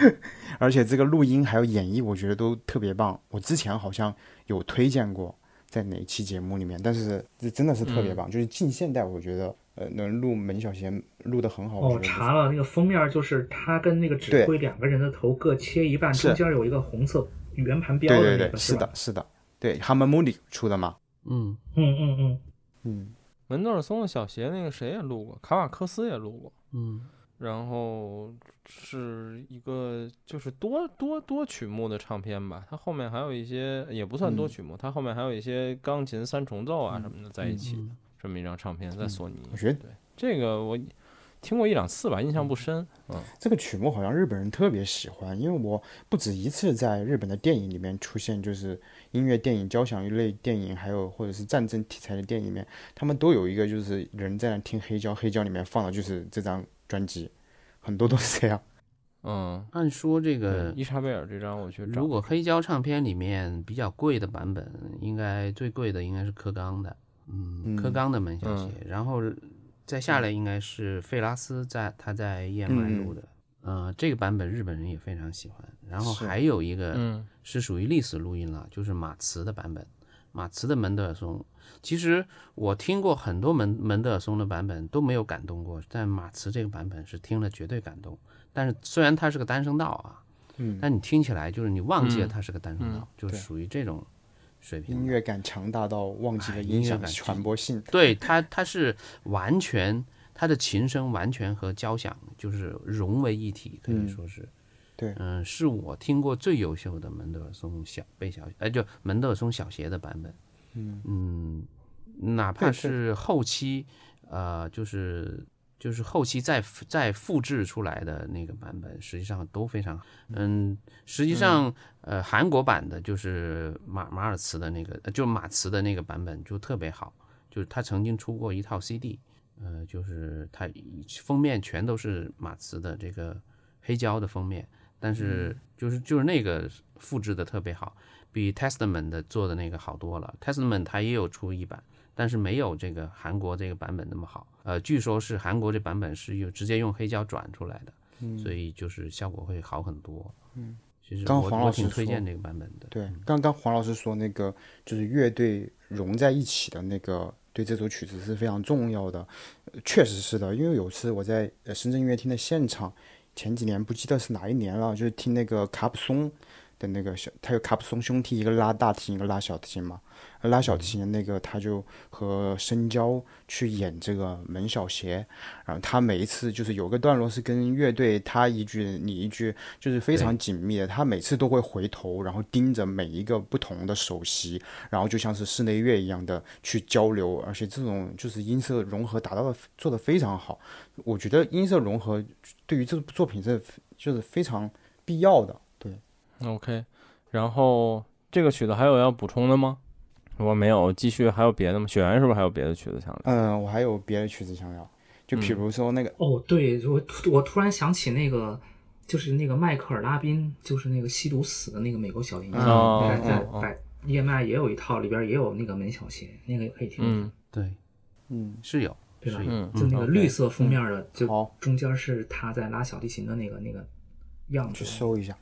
<laughs> 而且这个录音还有演绎，我觉得都特别棒。我之前好像有推荐过在哪期节目里面，但是这真的是特别棒，就是近现代，我觉得呃能录门小贤录的很好。哦，我我觉得查了那个封面，就是他跟那个指挥两个人的头各切一半，是中间有一个红色圆盘标对的对那个，对，是吧的，？是的，对，Harmony 出的嘛，嗯，嗯嗯嗯，嗯，门德尔松的小鞋那个谁也录过，卡瓦克斯也录过，嗯，然后是一个就是多多多曲目的唱片吧，它后面还有一些也不算多嗯曲目，它后面还有一些钢琴三重奏啊什么的在一起，嗯这么一张唱片在索尼。我觉得对这个我听过一两次吧，印象不深。嗯，这个曲目好像日本人特别喜欢，因为我不止一次在日本的电影里面出现，就是音乐电影、交响乐类电影，还有或者是战争题材的电影里面，他们都有一个就是人在那听黑胶，黑胶里面放的就是这张专辑，很多都是这样。嗯，按说这对个，伊莎贝尔这张我去找如，果黑胶唱片里面比较贵的版本，应该最贵的应该是柯刚的，嗯，柯嗯刚的门小嗯鞋，然后再下来应该是费拉斯在他在燕嗯麦录的，呃，这个版本日本人也非常喜欢。然后是还有一个嗯是属于历史录音了，就是马茨的版本，马茨的门德尔松。其实我听过很多门门德尔松的版本都没有感动过，但马茨这个版本是听了绝对感动。但是虽然它是个单声道啊，嗯，但你听起来就是你忘记了嗯它是个单声道，就对属于这种水平的。音乐感强大到忘记哎了音音乐响感传播性。对它，它是完全它的琴声完全和交响就是融为一体，可以嗯说是，对嗯、是我听过最优秀的门德尔松小贝小，呃，就门德尔松小协的版本，嗯哪怕对对是后期，呃，就是就是后期再复再复制出来的那个版本，实际上都非常，嗯，实际上，呃，韩国版的就是马马尔茨的那个，呃就马茨的那个版本就特别好，就是他曾经出过一套 CD，呃，就是他封面全都是马茨的这个黑胶的封面，但是就是就是那个复制的特别好，比 Testament 的做的那个好多了。Testament 它也有出一版，但是没有这个韩国这个版本那么好。呃，据说是韩国这版本是用直接用黑胶转出来的，所以就是效果会好很多。嗯，其实刚我黄我老师挺推说荐这个版本的。对，刚刚黄老师说那个就是乐队融在一起的那个，对这首曲子是非常重要的，呃确实是的。因为有次我在呃深圳音乐厅的现场，前几年不记得是哪一年了，就是听那个卡普松的那个小，他有卡普松兄弟，一个拉大提琴，一个拉小提琴嘛。拉小提琴的那个他就和深交去演这个门小鞋，然后他每一次就是有个段落是跟乐队他一句你一句，就是非常紧密的。他每次都会回头，然后盯着每一个不同的首席，然后就像是室内乐一样的去交流，而且这种就是音色融合达到的做的非常好。我觉得音色融合对于这部作品是就是非常必要的。对， ，OK。然后这个曲子还有要补充的吗？我没有，继续还有别的吗？雪原是不是还有别的曲子想聊？嗯，我还有别的曲子想聊，就嗯比如说那个，哦，对，我突我突然想起那个，就是那个迈克尔拉宾，就是那个吸毒死的那个美国小提琴嗯家，哦在在哦哦百叶麦也有一套，里边也有那个门小鞋，那个也可以听一嗯下，对，嗯，是有，对吧是？有。嗯，就那个 OK 绿色封面的，就好中间是他在拉小提琴的那个那个样去。子搜一下。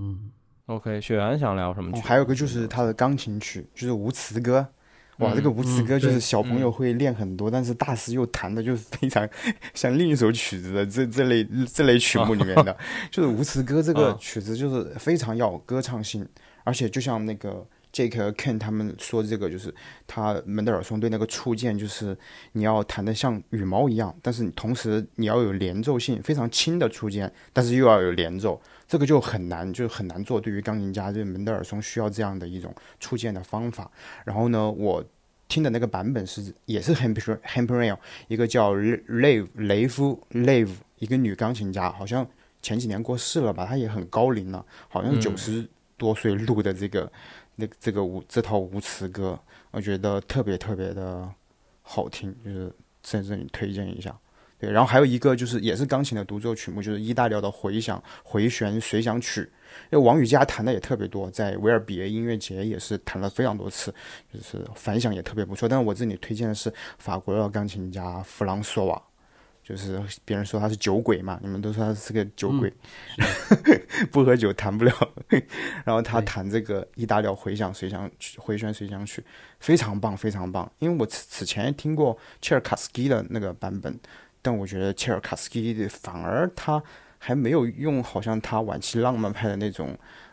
嗯， OK，雪原想聊什么哦曲？还有个就是他的钢琴曲，就是无词歌。哇，这个无词嗯歌就对是小朋友会练很多，但是大师又弹的就是非常像另一首曲子的这这类这类曲目里面的，就是无词歌这个啊曲子就是非常要有歌唱性，而且就像那个 Jake 和 Ken 他们说这个，就是他门德尔松对那个触键，就是你要弹的像羽毛一样，但是你同时你要有连奏性，非常轻的触键，但是又要有连奏，这个就很难，就是很难做。对于钢琴家，对门德尔松需要这样的一种触键的方法。然后呢，我听的那个版本是也是 Hamper Hamperel，一个叫 Lave 雷夫 Lave 一个女钢琴家，好像前几年过世了吧，她也很高龄了，好像嗯九十多岁录的这个那、这个无这套无词歌，我觉得特别特别的好听，就是在这里推荐一下。对，然后还有一个就是也是钢琴的独奏曲目，就是一大调的回响回旋随想曲。因为王羽佳弹的也特别多，在维尔比耶音乐节也是弹了非常多次，就是反响也特别不错。但是我这里推荐的是法国的钢琴家弗朗索瓦，就是别人说他是酒鬼嘛，你们都说他是个酒鬼， <laughs> 不喝酒弹不了。然后他弹这个意大利回响随想曲、回旋随想曲，非常棒，非常棒。因为我此此前也听过切尔卡斯基的那个版本，但我觉得切尔卡斯基反而他。还没有用，好像他晚期浪漫派的那种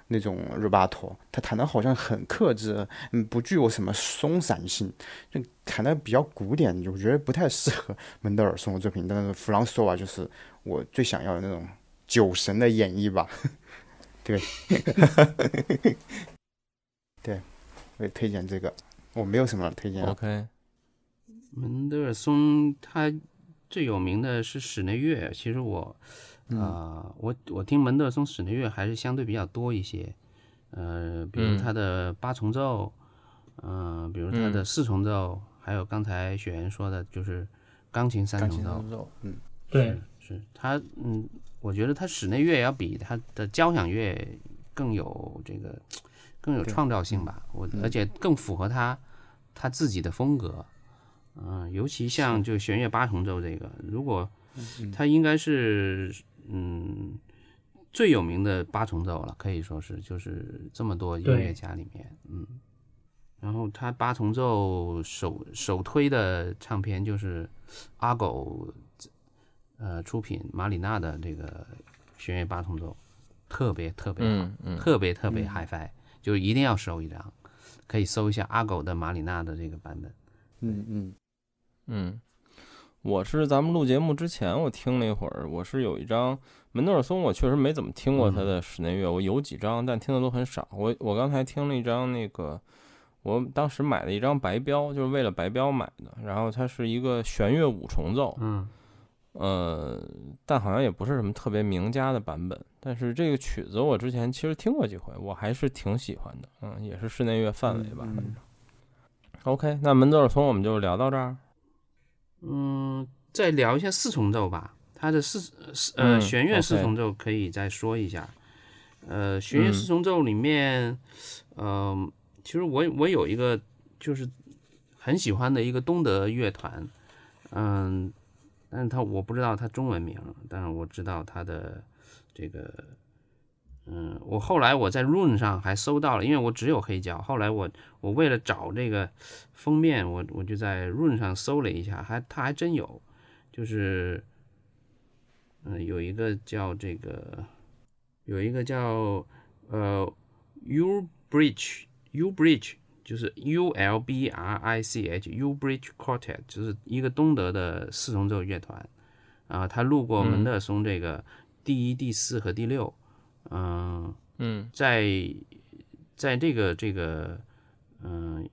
那种 r 巴托，他弹的好像很克制，嗯，不具有什么松散性，就弹的比较古典，我觉得不太适合门德尔松的作品。但是弗朗索瓦就是我最想要的那种酒神的演绎吧，对， <laughs> 对，我也推荐这个，我没有什么推荐、啊。 OK，门德尔松他最有名的是室内乐，其实我。嗯啊、呃，我我听门德尔松室内乐还是相对比较多一些，呃，比如他的八重奏，嗯、呃，比如他的四重奏，还有刚才雪原说的，就是钢琴三重奏，嗯，对，是他，嗯，我觉得他室内乐要比他的交响乐更有这个更有创造性吧，我而且更符合他他自己的风格，嗯、呃，尤其像就弦乐八重奏这个，如果他应该是。嗯，最有名的八重奏了，可以说是就是这么多音乐家里面，嗯，然后他八重奏首首推的唱片就是阿狗，呃，出品马里纳的这个弦乐八重奏，特别特别好，嗯嗯、特别特别 HiFi，、嗯、就是一定要收一张，可以搜一下阿狗的马里纳的这个版本，嗯嗯嗯。我是咱们录节目之前，我听了一会儿，我是有一张门德尔松，我确实没怎么听过他的室内乐，我有几张，但听的都很少。我我刚才听了一张那个，我当时买了一张白标，就是为了白标买的，然后它是一个弦乐五重奏，嗯，呃，但好像也不是什么特别名家的版本，但是这个曲子我之前其实听过几回，我还是挺喜欢的，嗯，也是室内乐范围吧，反正。OK，那门德尔松我们就聊到这儿。嗯，再聊一下四重奏吧。它的四四呃弦乐四重奏可以再说一下。嗯、呃，弦乐四重奏里面，嗯、呃，其实我我有一个就是很喜欢的一个东德乐团，嗯、呃，但是他我不知道他中文名，但是我知道他的这个，嗯、呃，我后来我在 Run 上还搜到了，因为我只有黑胶，后来我我为了找这个。封面我我就在 Run 上搜了一下，还它还真有，就是嗯、呃、有一个叫这个有一个叫呃 U Bridge U Bridge 就是 U L B R I C H U Bridge Quartet 就是一个东德的四重奏乐团啊，他、呃、录过门德尔松这个第一、第四和第六，嗯、呃、嗯，在在这个这个嗯。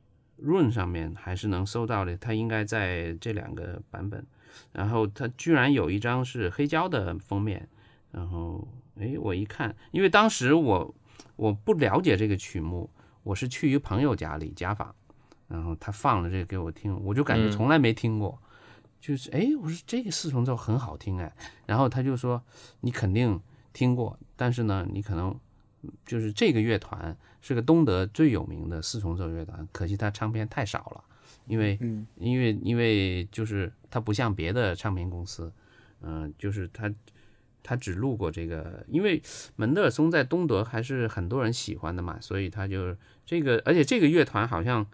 Run 上面还是能搜到的，它应该在这两个版本。然后它居然有一张是黑胶的封面，然后哎，我一看，因为当时我我不了解这个曲目，我是去一朋友家里家访，然后他放了这个给我听，我就感觉从来没听过，嗯、就是哎，我说这个四重奏很好听哎，然后他就说你肯定听过，但是呢，你可能。就是这个乐团是个东德最有名的四重奏乐团，可惜它唱片太少了，因为，因为，因为就是它不像别的唱片公司，嗯、呃，就是它，它只录过这个，因为门德尔松在东德还是很多人喜欢的嘛，所以他就这个，而且这个乐团好像，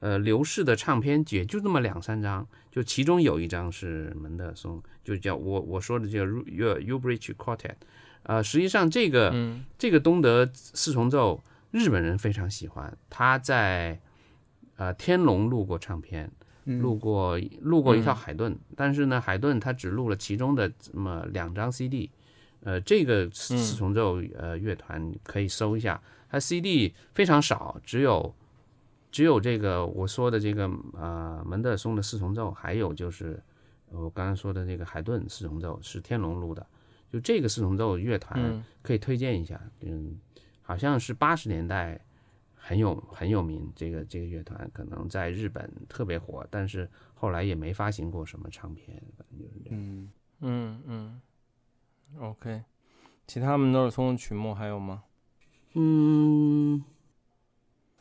呃，流逝的唱片也就那么两三张，就其中有一张是门德尔松，就叫我我说的这个 U U Bridge Quartet。呃，实际上这个、嗯、这个东德四重奏，日本人非常喜欢。他在呃天龙录过唱片，录过录过一套海顿，嗯、但是呢，海顿他只录了其中的这么两张 CD。呃，这个四重奏呃乐团可以搜一下，它 CD 非常少，只有只有这个我说的这个呃门德尔松的四重奏，还有就是我刚刚说的这个海顿四重奏是天龙录的。就这个四重奏乐啊嗯团可以推荐一下，嗯，好像是八十年代很有很有名，这个这个乐团可能在日本特别火，但是后来也没发行过什么唱片，反正就是这样。嗯嗯嗯，OK。其他门德尔松的曲目还有吗？嗯，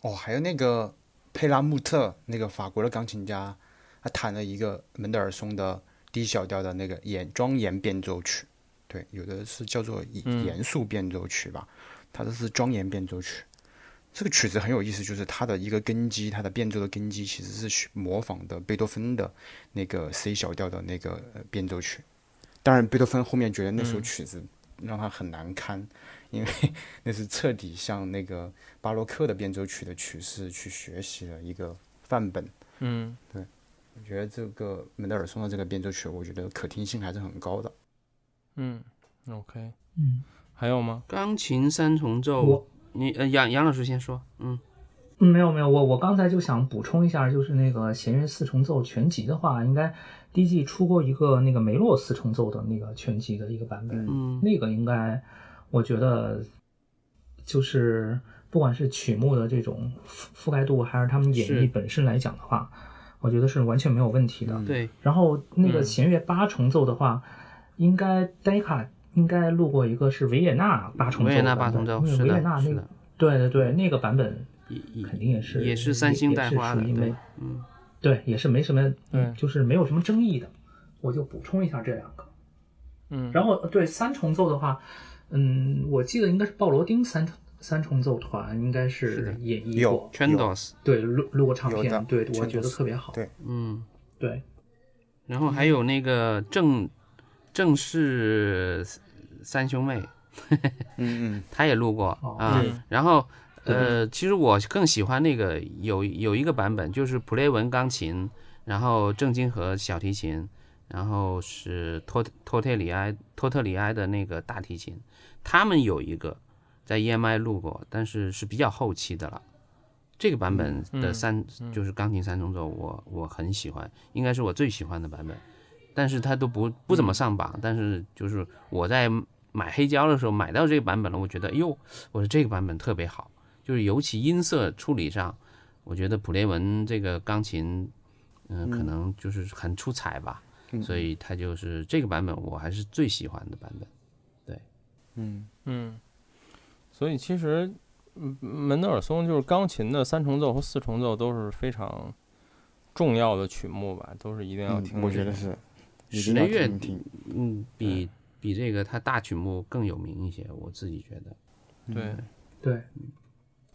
哦，还有那个佩拉穆特，那个法国的钢琴家，他弹了一个门德尔松的 D 小调的那个演庄严变奏曲，对，有的是叫做以嗯严肃变奏曲吧，他这是庄严变奏曲。这个曲子很有意思，就是它的一个根基，它的变奏的根基其实是学模仿的贝多芬的那个 C 小调的那个呃变奏曲。当然，贝多芬后面觉得那首曲子让他很难堪，因为 <laughs> 那是彻底向那个巴洛克的变奏曲的曲式去学习了一个范本。嗯我觉得这个门德尔松的这个变奏曲，我觉得可听性还是很高的。嗯，OK。嗯，还有吗？钢琴三重奏哦我，你呃杨杨老师先说，嗯嗯，没有没有，我我刚才就想补充一下，就是那个弦乐四重奏全集的话，应该第一季出过一个那个梅洛四重奏的那个全集的一个版本，嗯那个应该我觉得就是不管是曲目的这种覆覆盖度，还是他们演是绎本身来讲的话，我觉得是完全没有问题的。对，然后那个嗯弦乐八重奏的话，应该戴卡应该录过一个是维也纳八重奏维也纳的版八重本奏因为是维也的纳，那是个的，对对对，那个版本也肯定也是也是三星带花的，也也是属于对没，嗯对，也是没什么，对就是没有什么争议的。我就补充一下这两个。嗯，然后呃对三重奏的话，嗯，我记得应该是鲍罗丁三三重奏团应该是的是演绎有过， ，Trendos，对录录过唱有的片，对我全觉都得是特别好，对嗯，对然后还有那个郑郑氏三兄妹，嗯嗯，他也录过哦啊、嗯然后呃，其实我更喜欢那个有有一个版本，就是普雷文钢琴，然后郑金和小提琴，然后是托托特里埃托特里埃的那个大提琴，他们有一个在 EMI 录过，但是是比较后期的了。这个版本的嗯三、就是钢琴三重奏，我我很喜欢，应该是我最喜欢的版本。但是它都不不怎么上榜，但嗯是就是我在买黑胶的时候买到这个版本了，我觉得，哎呦，我说这个版本特别好，就是尤其音色处理上，我觉得普列文这个钢琴，嗯，可能就是很出彩吧，嗯所以它就是这个版本我还是最喜欢的版本。嗯，所以其实嗯门德尔松就是钢琴的三重奏和四重奏都是非常重要的曲目吧，都是一定要听的曲嗯目。我觉得是，一室定要内乐听一听。嗯，比比这个它大曲目更有名一些，我自己觉得。嗯对。对。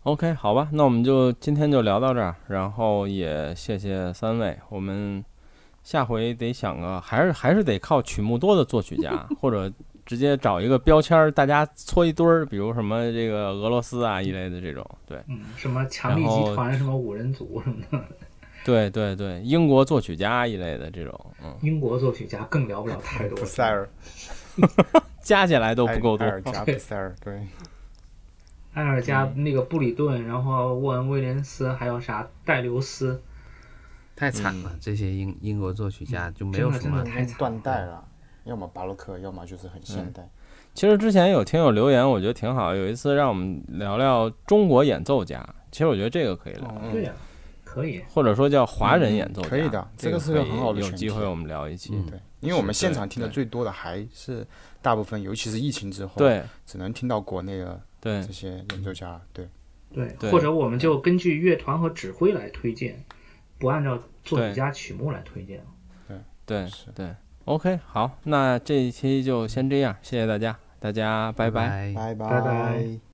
OK，好吧，那我们就今天就聊到这儿，然后也谢谢三位，我们下回得想个，还是还是得靠曲目多的作曲 <laughs> 家，或者直接找一个标签儿，大家搓一堆儿，比如什么这个俄罗斯啊一类的这种，对嗯，什么强力然后集团，什么五人组什么的，对对对，英国作曲家一类的这种，嗯，英国作曲家更聊不了太 <laughs> 多布。塞尔加起来都不够多埃。尔加布塞尔，对，埃尔加那个布里顿，然后沃恩威廉斯，还有啥戴留斯，太惨了，这些英英国作曲家就没有真的什么真的太惨了断代了，要么巴洛克，要么就是很现代。其实之前有听友留言，我觉得挺好，有一次让我们聊聊中国演奏家，其实我觉得这个可以聊。对呀、可以。或者说叫华人演奏家，哦嗯可以的这这个是个可以很好的有选机题嗯会我们聊一期。对，因为我们是现对场听的对最多的还是大部分，尤其是疫情之后，，对只能听到国内的对这些演奏家，对，对，对或者我们就根据乐团和指挥来推荐，不按照作对曲家曲目来推荐。对嗯是对，OK，好，那这一期就先这样，谢谢大家，大家拜拜拜拜拜拜